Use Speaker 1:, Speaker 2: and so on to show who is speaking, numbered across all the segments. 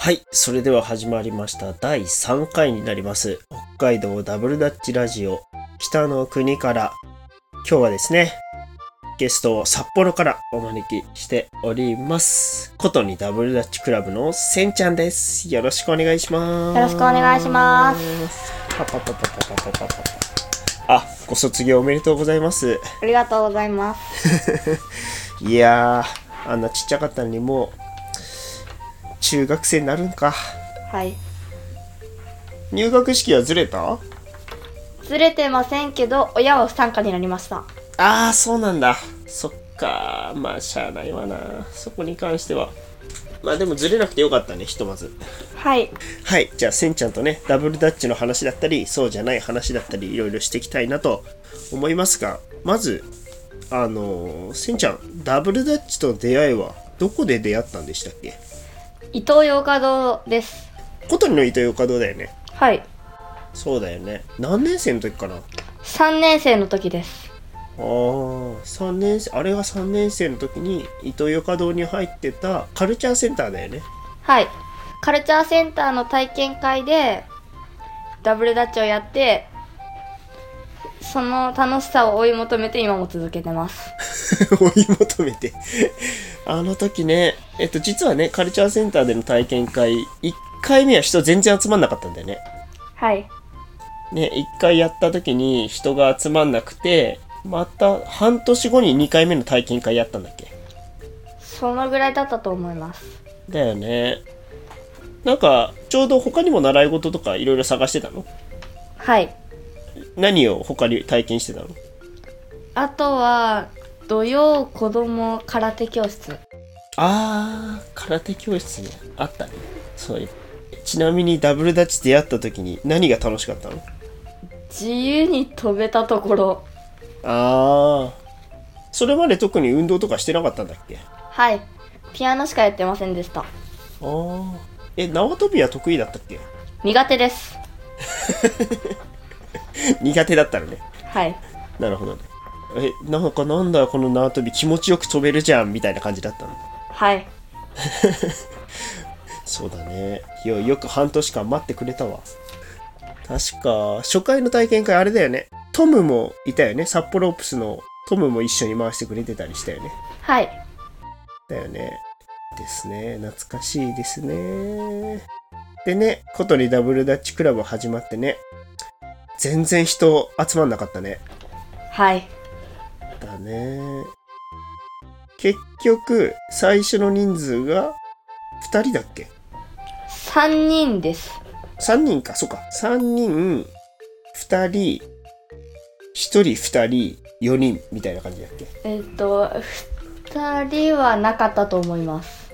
Speaker 1: はい。それでは始まりました。第3回になります。北海道ダブルダッチラジオ、北の国から。今日はですね、ゲストを札幌からお招きしております。ことにダブルダッチクラブのせんちゃんです。よろしくお願いします。。
Speaker 2: よろしくお願いします
Speaker 1: パパパパパパパパパあ、ご卒業おめでとうございます。
Speaker 2: ありがとうございます。
Speaker 1: いやー、あんなちっちゃかったのにもう、中学生になるんか。
Speaker 2: はい。
Speaker 1: 入学式はずれた
Speaker 2: ずれてませんけど、親は不参加になりました。
Speaker 1: ああそうなんだそっかまあしゃあないわなそこに関してはまあでもずれなくてよかったねひとまず
Speaker 2: はい。
Speaker 1: はいじゃあせんちゃんとねダブルダッチの話だったりそうじゃない話だったりいろいろしていきたいなと思いますがまずあのーせんちゃんダブルダッチとの出会いはどこで出会ったんでしたっけ
Speaker 2: 伊藤洋華堂です。
Speaker 1: 小鳥の糸魚川堂だよね
Speaker 2: はい。
Speaker 1: そうだよね何年生の時かな
Speaker 2: 3年生の時です。
Speaker 1: あー三年生あれが3年生の時にイトーヨカ堂に入ってたカルチャーセンターだよね
Speaker 2: はい。カルチャーセンターの体験会で、ダブルダッチをやって、その楽しさを追い求めて今も続けてます。
Speaker 1: 追い求めて あの時ねえっと実はねカルチャーセンターでの体験会1回目は人全然集まんなかったんだよね
Speaker 2: はい。
Speaker 1: ね1回やった時に人が集まんなくてまた半年後に2回目の体験会やったんだっけ
Speaker 2: そのぐらいだったと思います。
Speaker 1: だよねなんかちょうど他にも習い事とかいろいろ探してたの
Speaker 2: はい。
Speaker 1: 何を他に体験してたの
Speaker 2: あとは、土曜子供空手教室。
Speaker 1: あー空手教室ねあったねそういうちなみにダブルダッチ出会った時に何が楽しかったの
Speaker 2: 自由に飛べたところ。
Speaker 1: あーそれまで特に運動とかしてなかったんだっけあ
Speaker 2: はい。ピアノしかやってませんでした。
Speaker 1: あえ縄跳びは得意だったっけ
Speaker 2: 苦手です。
Speaker 1: 苦手だったのね
Speaker 2: はい。
Speaker 1: なるほどねえなんかなんだよこの縄跳び気持ちよく飛べるじゃんみたいな感じだったの
Speaker 2: はい。
Speaker 1: そうだねいやよく半年間待ってくれたわ確か初回の体験会あれだよねトムもいたよね札幌オプスのトムも一緒に回してくれてたりしたよね
Speaker 2: はい。
Speaker 1: だよね。ですね。懐かしいですね。でね、コトリダブルダッチクラブ始まってね、全然人集まんなかったね。
Speaker 2: はい。
Speaker 1: だね。結局、最初の人数が2人だっけ
Speaker 2: 3人です。
Speaker 1: ?3 人か、そうか。3人、2人、1人、2人、4人みたいな感じだっけ
Speaker 2: えっ、と、2人はなかったと思います。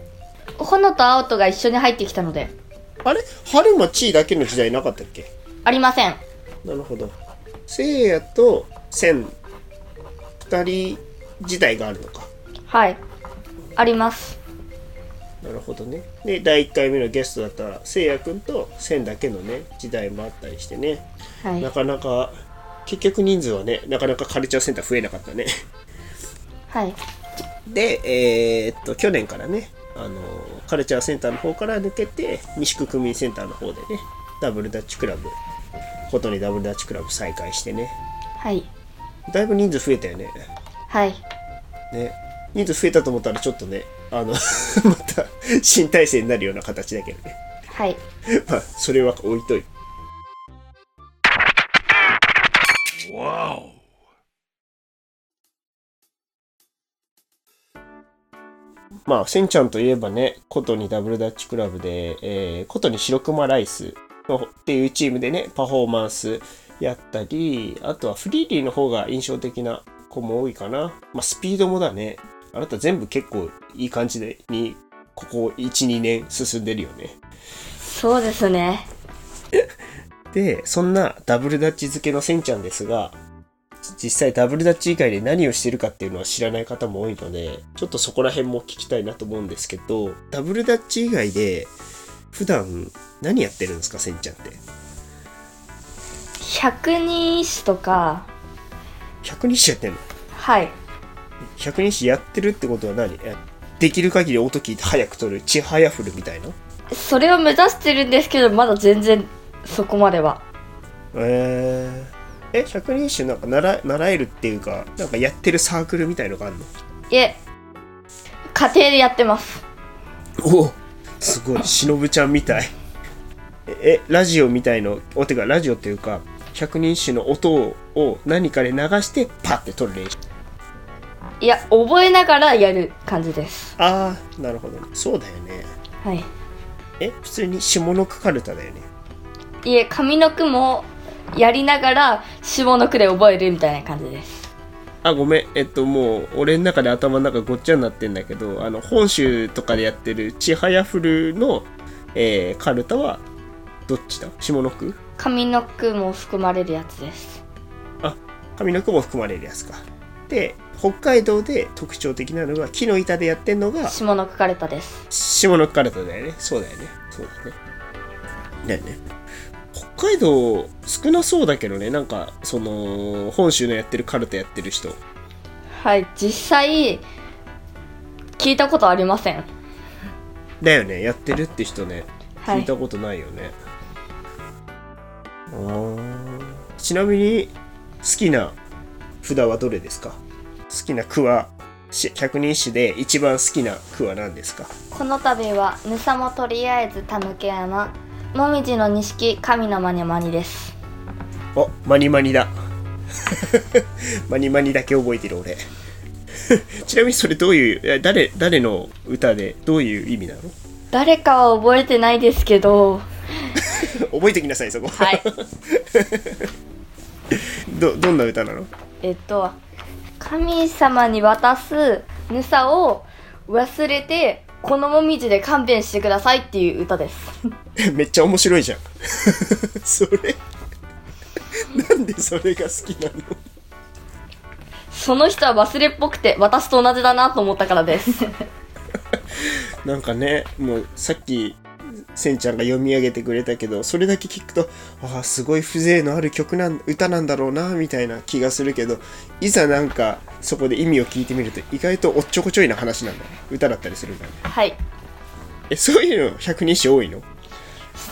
Speaker 2: ほのとあおとが一緒に入ってきたので、
Speaker 1: あれ春も地位だけの時代なかったっけ
Speaker 2: ありません。
Speaker 1: なるほど。せいやと千二人自体があるのか。
Speaker 2: はい。あります。
Speaker 1: なるほどね。で、第1回目のゲストだったら、せいやくんと千だけのね、時代もあったりしてね、
Speaker 2: はい
Speaker 1: な。かなか、結局人数はね、なかなかカルチャーセンター増えなかったね。
Speaker 2: はい。
Speaker 1: で、えーっと、去年からね、あのカルチャーセンターの方から抜けて、西区区民センターの方でね、ダブルダッチクラブ、ことにダブルダッチクラブ再開してね、
Speaker 2: はい。
Speaker 1: だいぶ人数増えたよね。
Speaker 2: はい。
Speaker 1: ね人数増えたと思ったらちょっとねあの また新体制になるような形だけどね
Speaker 2: はい。
Speaker 1: まあそれは置いといてまあせんちゃんといえばねことにダブルダッチクラブで、えー、ことに白熊ライスのっていうチームでねパフォーマンスやったりあとはフリーリーの方が印象的な子も多いかなまあスピードもだねあなた全部結構いい感じでにここ12年進んでるよね
Speaker 2: そうですね。
Speaker 1: でそんなダブルダッチ漬けのせんちゃんですが実際ダブルダッチ以外で何をしてるかっていうのは知らない方も多いのでちょっとそこら辺も聞きたいなと思うんですけどダブルダッチ以外で普段何やってるんですかせんちゃんって
Speaker 2: 百人一首とか、
Speaker 1: 100日やってんの
Speaker 2: はい。
Speaker 1: 100日やってるってことは何えできる限り音聞いて早く撮るちはやふるみたいな
Speaker 2: それを目指してるんですけどまだ全然そこまでは
Speaker 1: えー、え百人一首なんか習え習えるっていうかなんかやってるサークルみたいのがあるの
Speaker 2: いえ家庭でやってます
Speaker 1: おおすごいしのぶちゃんみたいええラジオみたいのおてかラジオっていうか百人一首の音をを何かで流してパッて撮る練習
Speaker 2: いや覚えながらやる感じです
Speaker 1: ああなるほどねそうだよね
Speaker 2: はい
Speaker 1: え普通に下の句かるただよね
Speaker 2: いえ上の句もやりながら下の句で覚えるみたいな感じです
Speaker 1: あごめんえっともう俺の中で頭の中ごっちゃになってんだけどあの本州とかでやってる「ちはやふる」の、えー、カルタはどっちだ下の句
Speaker 2: 上の句も含まれるやつです
Speaker 1: あ上の句も含まれるやつかで北海道で特徴的なのが木の板でやってんのが
Speaker 2: 下の句かれたです
Speaker 1: 下のカルタだよねそうだよねそうだねだよね北海道少なそうだけどねなんかその本州のやってるカルタやってる人
Speaker 2: はい実際聞いたことありません
Speaker 1: だよねやってるって人ね
Speaker 2: は
Speaker 1: 聞い
Speaker 2: い
Speaker 1: たことないよね、ちなみに好きな札はどれですか好きな句はし百人一首で一番好きな句は何ですか
Speaker 2: この度はぬさもとりあえずたぬけ山もみじの錦神のまにまにです
Speaker 1: おマニマニだ マニマニだけ覚えてる俺 ちなみにそれどういうえ誰誰の歌でどういう意味なの
Speaker 2: 誰かは覚えてないですけど
Speaker 1: 覚えてきなさいそこ、
Speaker 2: はい
Speaker 1: どどんな歌なの
Speaker 2: えっと神様に渡すぬさを忘れてこのもみじで勘弁してくださいっていう歌です
Speaker 1: めっちゃ面白いじゃんそれなんでそれが好きなの
Speaker 2: その人は忘れっぽくて私と同じだなと思ったからです
Speaker 1: なんかねもうさっきせんちゃんが読み上げてくれたけどそれだけ聞くとああすごい風情のある曲なん歌なんだろうなみたいな気がするけどいざなんかそこで意味を聞いてみると意外とおっちょこちょいな話なんだね歌だったりするんだね
Speaker 2: はい
Speaker 1: えそういうの百人一首多いの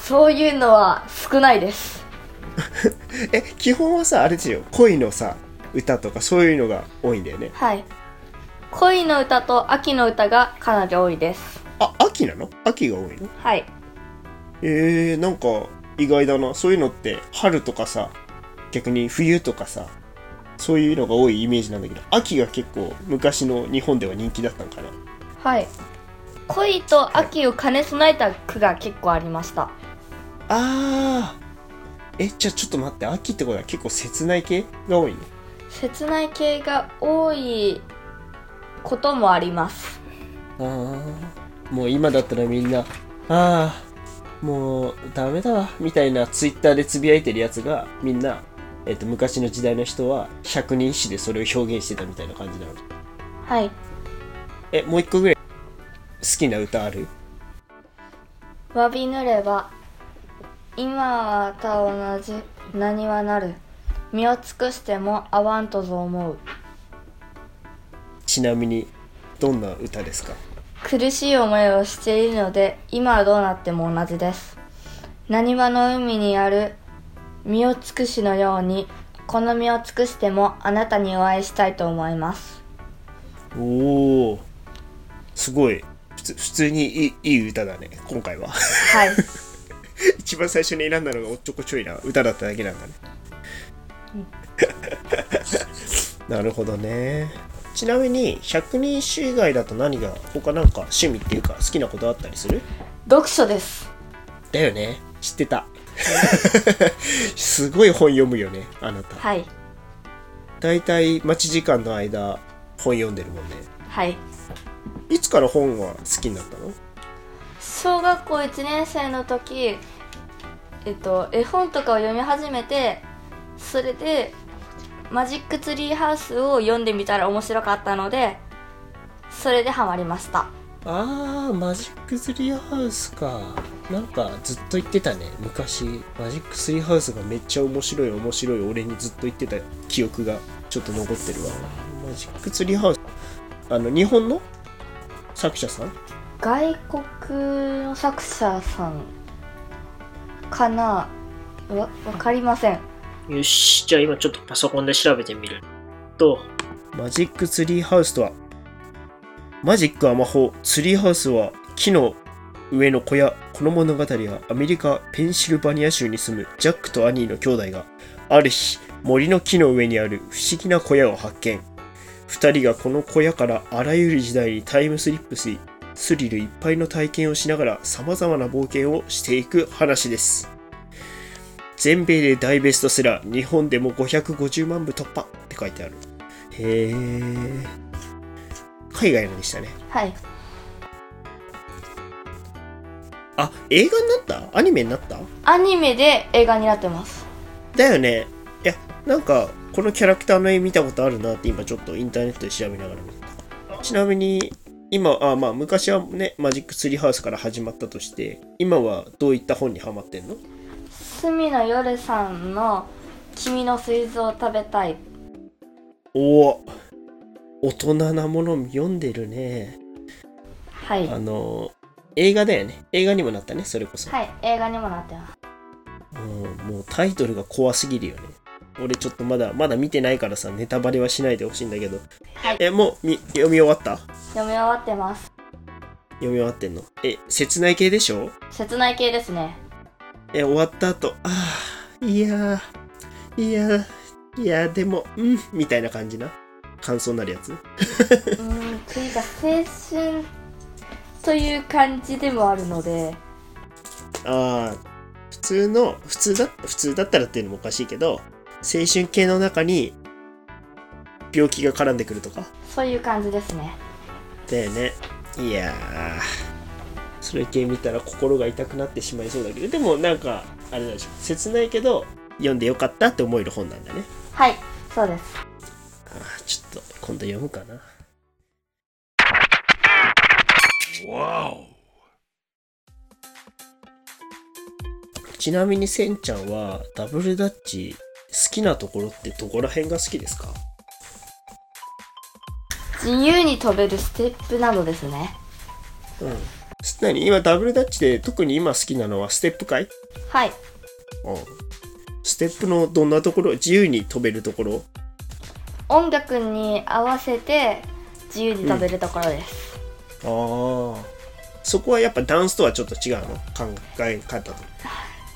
Speaker 2: そういうのは少ないです
Speaker 1: え基本はさあれですよ恋のさ歌とかそういうのが多いんだよね
Speaker 2: はい恋の歌と秋の歌がかなり多いです
Speaker 1: あ秋なの秋が多いの
Speaker 2: はい
Speaker 1: えー、なんか意外だなそういうのって春とかさ逆に冬とかさそういうのが多いイメージなんだけど秋が結構昔の日本では人気だったんかな
Speaker 2: はい恋と秋を兼ね備えた句が結構ありました
Speaker 1: あーえじゃあちょっと待って秋ってことは結構切ない系が多いの
Speaker 2: 切ない系が多いこともあります
Speaker 1: あーもう今だったらみんなあーもうダメだわみたいなツイッターでつぶやいてるやつがみんな、えっと昔の時代の人は百人一首でそれを表現してたみたいな感じなの
Speaker 2: はい
Speaker 1: えもう一個ぐらい好きな歌ある
Speaker 2: 詫びぬれば今は他同じ何はなる身を尽くしても合わんとぞ思う
Speaker 1: ちなみにどんな歌ですか
Speaker 2: 苦しい思いをしているので今はどうなっても同じです何わの海にある身を尽くしのようにこの身を尽くしてもあなたにお会いしたいと思います
Speaker 1: おおすごい普通普通にいいいい歌だね今回は
Speaker 2: はい
Speaker 1: 一番最初に選んだのがおっちょこちょいな歌だっただけなんだね なるほどねちなみに百人一首以外だと何が他なんか趣味っていうか好きなことあったりする
Speaker 2: 読書です
Speaker 1: だよね知ってた すごい本読むよねあなた
Speaker 2: はい
Speaker 1: 大体待ち時間の間本読んでるもんね
Speaker 2: はい
Speaker 1: いつから本が好きになったの
Speaker 2: 小学校1年生の時えっと絵本とかを読み始めてそれでマジックツリーハウスを読んでみたら面白かったのでそれでハマりました
Speaker 1: あーマジックスリーハウスかなんかずっと言ってたね昔マジックスリーハウスがめっちゃ面白い面白い俺にずっと言ってた記憶がちょっと残ってるわマジックスリーハウスあの日本の作者さん
Speaker 2: 外国の作者さんかなわわかりません
Speaker 3: よし、じゃあ今ちょっとパソコンで調べてみると、
Speaker 1: マジックツリーハウスとはマジックは魔法ツリーハウスは木の上の小屋この物語はアメリカペンシルバニア州に住むジャックとアニーの兄弟がある日森の木の上にある不思議な小屋を発見二人がこの小屋からあらゆる時代にタイムスリップしスリルいっぱいの体験をしながら様々な冒険をしていく話です全米で大ベストセラー日本でも550万部突破って書いてあるへえ海外のでしたね
Speaker 2: はい
Speaker 1: あ映画になったアニメになった
Speaker 2: アニメで映画になってます
Speaker 1: だよねいやなんかこのキャラクターの絵見たことあるなって今ちょっとインターネットで調べながら見たちなみに今あまあ昔はねマジックツリーハウスから始まったとして今はどういった本にハマってんの
Speaker 2: 隅野よるさんの「君の水蔵を食べたい
Speaker 1: おお大人なもの読んでるね」
Speaker 2: はい
Speaker 1: あの映画だよね映画にもなったねそれこそ、
Speaker 2: はい映画にもなってます
Speaker 1: うんもうタイトルが怖すぎるよね俺ちょっとまだまだ見てないからさネタバレはしないでほしいんだけど
Speaker 2: はい
Speaker 1: えもうみ読み終わった
Speaker 2: 読み終わってます
Speaker 1: 読み終わってんのえ切ない系でしょ
Speaker 2: 切ない系ですね
Speaker 1: え終わった後あーいやーいやーいやーでもうんみたいな感じな感想になるやつ
Speaker 2: うーんというか青春という感じでもあるので
Speaker 1: あー普通の普通だ普通だったらっていうのもおかしいけど青春系の中に病気が絡んでくるとか
Speaker 2: そういう感じですね
Speaker 1: だよねいやーそれ系見たら心が痛くなってしまいそうだけどでもなんかあれなんでしょ切ないけど読んでよかったって思える本なんだね
Speaker 2: はいそうです
Speaker 1: あーちょっと今度読むかなちなみにせんちゃんはダブルダッチ好きなところってどこら辺が好きですか
Speaker 2: 自由に飛べるステップなどですね
Speaker 1: うん何今ダブルダッチで特に今好きなのはステップかい
Speaker 2: はい
Speaker 1: うんステップのどんなところ自由に飛べるところ
Speaker 2: 音楽に合わせて自由に飛べるところです、
Speaker 1: ああそこはやっぱダンスとはちょっと違うの考え方と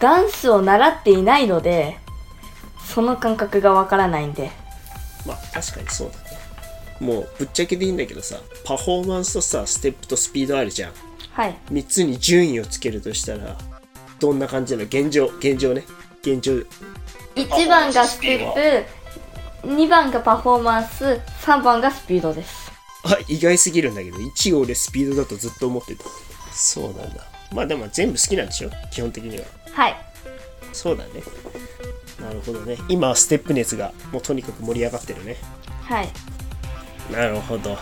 Speaker 2: ダンスを習っていないのでその感覚がわからないんで
Speaker 1: まあ確かにそうだねもうぶっちゃけでいいんだけどさパフォーマンスとさステップとスピードあるじゃん
Speaker 2: はい
Speaker 1: 3つに順位をつけるとしたらどんな感じなの現状現状ね現状
Speaker 2: 1番がステップ2番がパフォーマンス3番がスピードです
Speaker 1: あ意外すぎるんだけど1を俺スピードだとずっと思ってたそうなんだまあでも全部好きなんでしょ基本的には
Speaker 2: はい
Speaker 1: そうだねなるほどね今はステップ熱がもうとにかく盛り上がってるね
Speaker 2: はい
Speaker 1: なるほど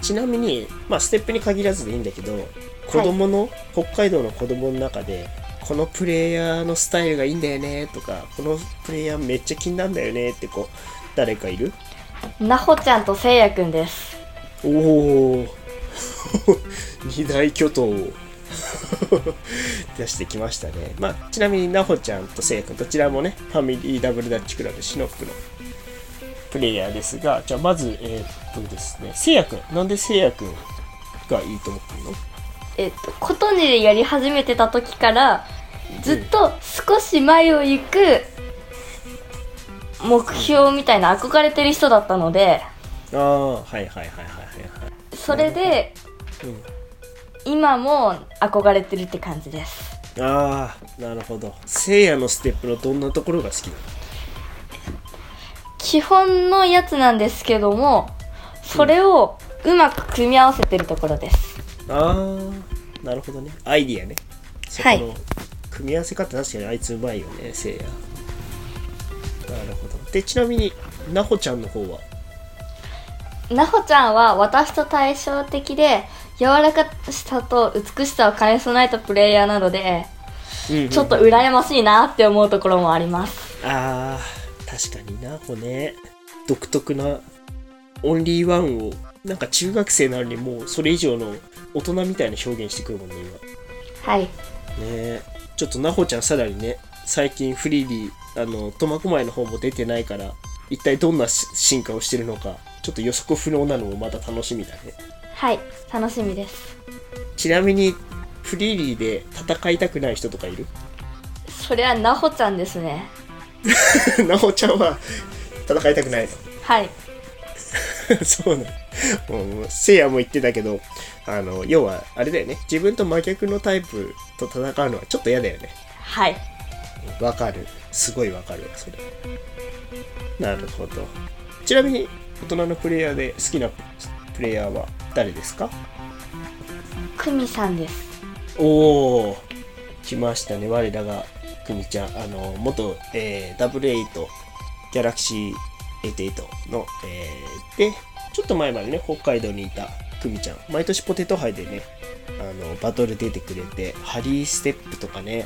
Speaker 1: ちなみに、まあ、ステップに限らずでいいんだけど子供の、北海道の子供の中でこのプレイヤーのスタイルがいいんだよねとかこのプレイヤーめっちゃ気になんだよねってこう誰かいる
Speaker 2: なほちゃんとせいやくんです
Speaker 1: おお 二大巨頭を 出してきましたね、まあ、ちなみになほちゃんとせいやくんどちらもねファミリーダブルダッチクラブシノックのプレイヤーですがじゃあまずえーっとですねせいやくんなんでせいやくんがいいと思ってるの
Speaker 2: えっと琴音でやり始めてた時からずっと少し前を行く目標みたいな憧れてる人だったので
Speaker 1: ああはいはいはいはいはいはい
Speaker 2: それで
Speaker 1: うん
Speaker 2: 今も憧れてるって感じです
Speaker 1: ああなるほどせいやのステップのどんなところが好きなの
Speaker 2: 基本のやつなんですけどもそれをうまく組み合わせてるところです
Speaker 1: あーなるほどねアイディアねそこ
Speaker 2: はい
Speaker 1: の組み合わせ方確かにあいつうまいよねせいやなるほどでちなみになほちゃんの方は
Speaker 2: なほちゃんは私と対照的で柔らかさと美しさを兼ね備えたプレイヤーなのでちょっと羨ましいなって思うところもあります
Speaker 1: あー確かになほね独特なオンリーワンをなんか中学生なのにもうそれ以上の大人みたいな表現してくるもんね、今。
Speaker 2: はい
Speaker 1: ねちょっとなほちゃんさらにね最近フリーリーあの苫小牧の方も出てないから一体どんなし進化をしてるのかちょっと予測不能なのもまた楽しみだね
Speaker 2: はい楽しみです
Speaker 1: ちなみにフリーリーで戦いたくない人とか いる
Speaker 2: そりゃなほちゃんですね
Speaker 1: なほちゃんは戦いたくないの
Speaker 2: はい
Speaker 1: そうなのもうせいやも言ってたけどあの要はあれだよね自分と真逆のタイプと戦うのはちょっと嫌だよね
Speaker 2: はい
Speaker 1: わかるすごいわかるそれなるほどちなみに大人のプレイヤーで好きなプレイヤーは誰ですか
Speaker 2: クミさんです
Speaker 1: おお来ましたね我らが久美ちゃんあの元、えー、W8 ギャラクシー88の、えーでちょっと前までね北海道にいた久美ちゃん毎年ポテト杯でねあのバトル出てくれてハリーステップとかね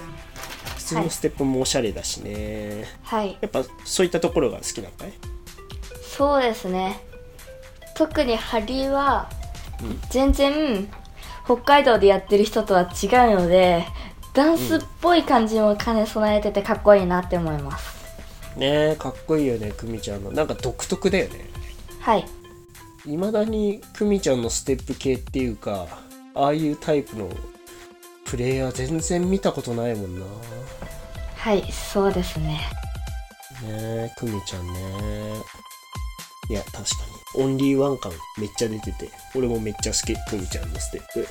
Speaker 1: 普通のステップもおしゃれだしね、
Speaker 2: はい
Speaker 1: やっぱそういったところが好きなのかい
Speaker 2: そうですね特にハリーは
Speaker 1: うん
Speaker 2: 全然北海道でやってる人とは違うのでダンスっぽい感じも兼ね備えててかっこいいなって思います
Speaker 1: ねえかっこいいよね久美ちゃんのなんか独特だよね
Speaker 2: はい
Speaker 1: いまだに久美ちゃんのステップ系っていうかああいうタイプのプレイヤー全然見たことないもんなね
Speaker 2: はいそうですね
Speaker 1: え久美ちゃんねいや確かにオンリーワン感めっちゃ出てて俺もめっちゃ好き久美ちゃんのステップ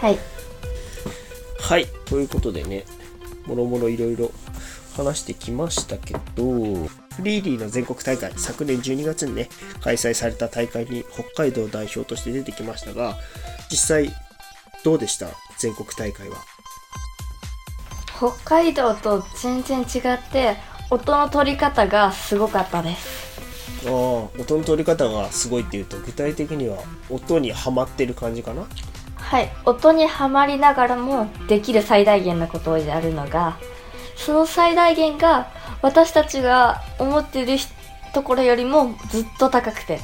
Speaker 2: はい
Speaker 1: はい、ということでね、もろもろいろいろ話してきましたけど、フリーリーの全国大会、昨年12月にね、開催された大会に北海道代表として出てきましたが、実際、どうでした全国大会は。
Speaker 2: 北海道と全然違って音の取り方がすごかったです
Speaker 1: ああ、音の取り方がすごいっていうと、具体的には音にはまってる感じかな
Speaker 2: はい音にはまりながらもできる最大限のことをやるのがその最大限が私たちが思ってるひところよりもずっと高くて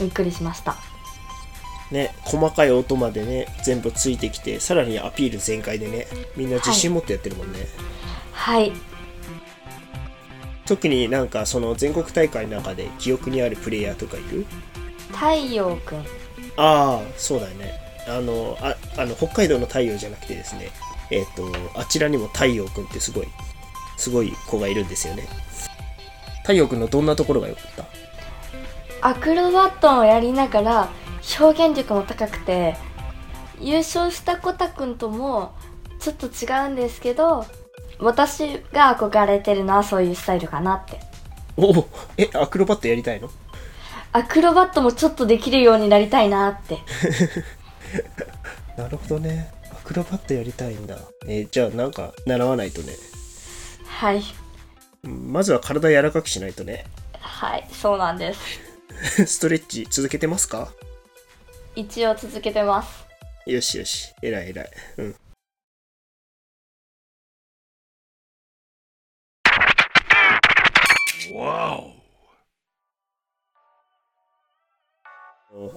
Speaker 2: びっくりしました
Speaker 1: ね、細かい音までね、全部ついてきて、さらにアピール全開でね、みんな自信持ってやってるもんね。
Speaker 2: はい
Speaker 1: 特になんかその全国大会の中で記憶にあるプレイヤーとかいる
Speaker 2: 太陽くん
Speaker 1: ああそうだよねあのああの北海道の太陽じゃなくてですねえっ、とあちらにも太陽くんってすごいすごい子がいるんですよね太陽くんのどんなところが良かった
Speaker 2: アクロバットもやりながら表現力も高くて優勝したコタくんともちょっと違うんですけど私が憧れてるのはそういうスタイルかなって
Speaker 1: おおえアクロバットやりたいの
Speaker 2: アクロバットもちょっとできるようになりたいなって
Speaker 1: なるほどねアクロバットやりたいんだえーじゃあなんか習わないとね
Speaker 2: はい
Speaker 1: うんまずは体柔らかくしないとね
Speaker 2: はいそうなんです
Speaker 1: ストレッチ続けてますか
Speaker 2: 一応続けてます
Speaker 1: よしよし偉い偉いうん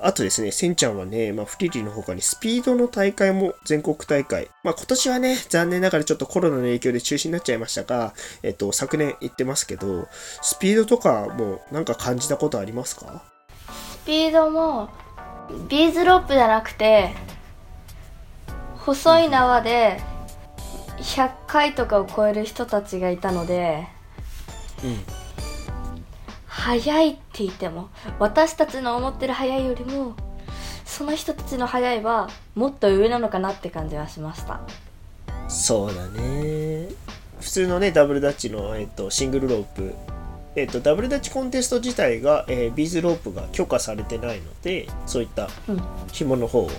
Speaker 1: あとですね、せんちゃんはね、まあ、フリリの他にスピードの大会も全国大会。まあ、今年はね、残念ながらちょっとコロナの影響で中止になっちゃいましたが、えっと、昨年行ってますけど、スピードとかもなんか感じたことありますか
Speaker 2: スピードもビーズロープじゃなくて細い縄で100回とかを超える人たちがいたので
Speaker 1: うん。
Speaker 2: 速いって言っても私たちの思ってる速いよりもその人たちの速いはもっと上なのかなって感じはしました
Speaker 1: そうだね普通のねダブルダッチの、えっとシングルロープ、えっとダブルダッチコンテスト自体が、えービーズロープが許可されてないのでそういった
Speaker 2: うん
Speaker 1: 紐の方を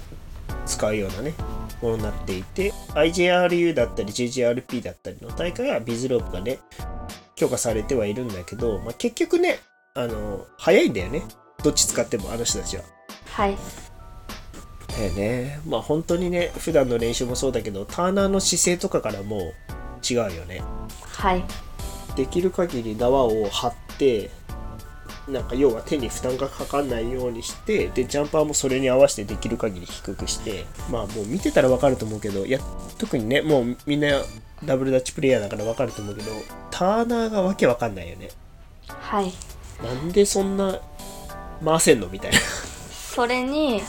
Speaker 1: 使うようなねものになっていて IJRU だったり JJRP だったりの大会はビーズロープがね許可されてはいるんだけど、まあ、結局ねあの早いんだよねどっち使ってもあの人たちは。
Speaker 2: はい
Speaker 1: だよねまあ本当にね普段の練習もそうだけどターナーの姿勢とかからもう違うよね
Speaker 2: はい
Speaker 1: できる限り縄を張ってなんか要は手に負担がかかんないようにしてでジャンパーもそれに合わせてできる限り低くしてまあもう見てたらわかると思うけどいや特にねもうみんなダブルダッチプレイヤーだからわかると思うけどターナーがわけわかんないよね
Speaker 2: はい
Speaker 1: なんでそんな回せんのみたいな
Speaker 2: それに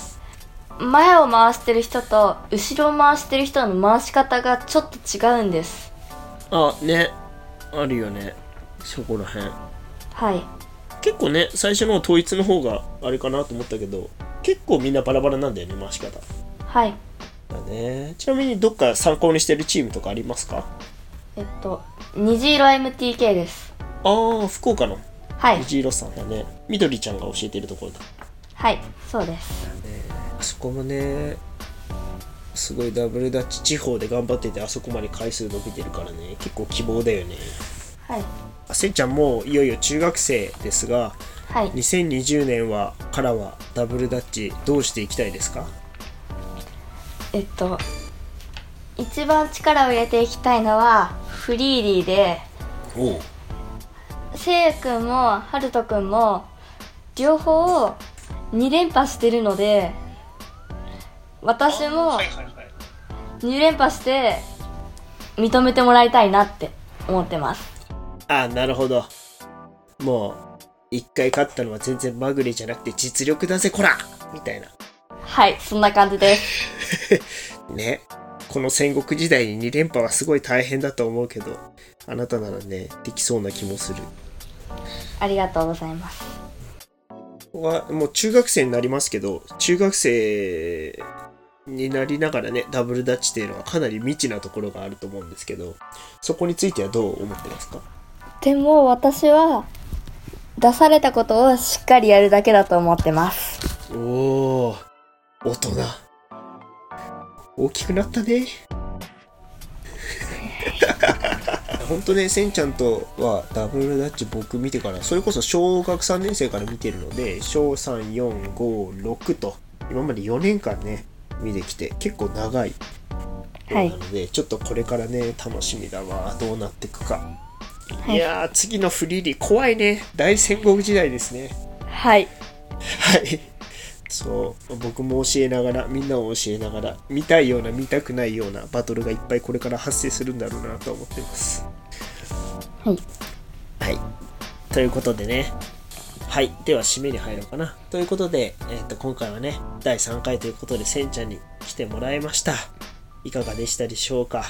Speaker 2: 前を回してる人と後ろを回してる人の回し方がちょっと違うんです
Speaker 1: あねあるよねそこら辺
Speaker 2: はい
Speaker 1: 結構ね最初の統一の方があれかなと思ったけど結構みんなバラバラなんだよね回し方
Speaker 2: はい
Speaker 1: だねちなみにどっか参考にしてるチームとかありますか
Speaker 2: えっと虹色 MTK です
Speaker 1: ああ福岡の
Speaker 2: はい
Speaker 1: 藤色さんだねみどりちゃんが教えてるところだ
Speaker 2: はいそうです
Speaker 1: あそこもねすごいダブルダッチ地方で頑張っててあそこまで回数伸びてるからね結構希望だよね
Speaker 2: はい
Speaker 1: あせんちゃんもういよいよ中学生ですが
Speaker 2: はい
Speaker 1: 2020年はからはダブルダッチどうしていきたいですか
Speaker 2: えっと一番力を入れていきたいのはフリーリーで
Speaker 1: おお
Speaker 2: せいやくんもはるとくんも両方2連覇してるので私も
Speaker 3: はいはいはい
Speaker 2: 2連覇して認めてもらいたいなって思ってます
Speaker 1: あなるほどもう1回勝ったのは全然まぐれじゃなくて実力だぜこらみたいな
Speaker 2: はいそんな感じです
Speaker 1: ねこの戦国時代に2連覇はすごい大変だと思うけどあなたならねできそうな気もする
Speaker 2: ありがとうございます
Speaker 1: はもう中学生になりますけど中学生になりながらねダブルダッチっていうのはかなり未知なところがあると思うんですけどそこについてはどう思ってますか
Speaker 2: でも私は出されたことをしっかりやるだけだと思ってます
Speaker 1: おお大人大きくなったね 本当ねせんちゃんとはダブルダッチ僕見てからそれこそ小学3年生から見てるので小3456と今まで4年間ね見てきて結構長い
Speaker 2: は
Speaker 1: ないのでちょっとこれからね楽しみだわどうなっていくか、
Speaker 2: はい
Speaker 1: い、やー次のフリーリー怖いね大戦国時代ですね
Speaker 2: はい
Speaker 1: はい。そう、僕も教えながら、みんなを教えながら、見たいような、見たくないようなバトルがいっぱいこれから発生するんだろうなと思ってます。
Speaker 2: はい
Speaker 1: はい。ということでね。はい。では、締めに入ろうかな。ということで、えっと今回はね、第3回ということで、せんちゃんに来てもらいました。いかがでしたでしょうか。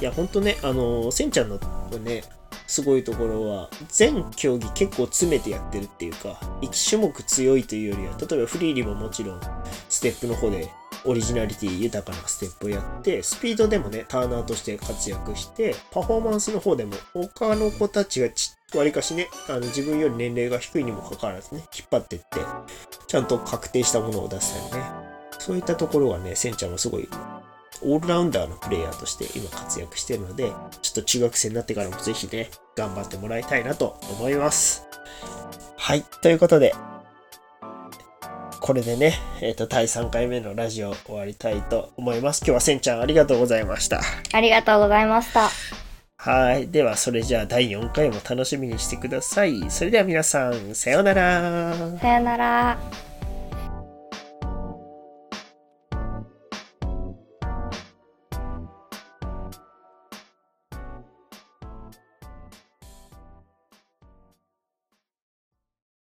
Speaker 1: いや、ほんとね、あのーせんちゃんのね、すごいところは、全競技結構詰めてやってるっていうか、1種目強いというよりは、例えばフリーリーももちろん、ステップの方で、オリジナリティ豊かなステップをやって、スピードでもね、ターナーとして活躍して、パフォーマンスの方でも、他の子たちがち、わりかしね、あの自分より年齢が低いにもかかわらずね、引っ張ってって、ちゃんと確定したものを出したりね。そういったところがね、せんちゃんはすごいオールラウンダーのプレイヤーとして今活躍してるので、ちょっと中学生になってからもぜひね、頑張ってもらいたいなと思います。はい、ということで、これでね、えっ、と、第3回目のラジオ終わりたいと思います。今日はせんちゃんありがとうございました。
Speaker 2: ありがとうございました
Speaker 1: はい、ではそれじゃあ第4回も楽しみにしてください。それでは皆さん、さようなら。
Speaker 2: さよなら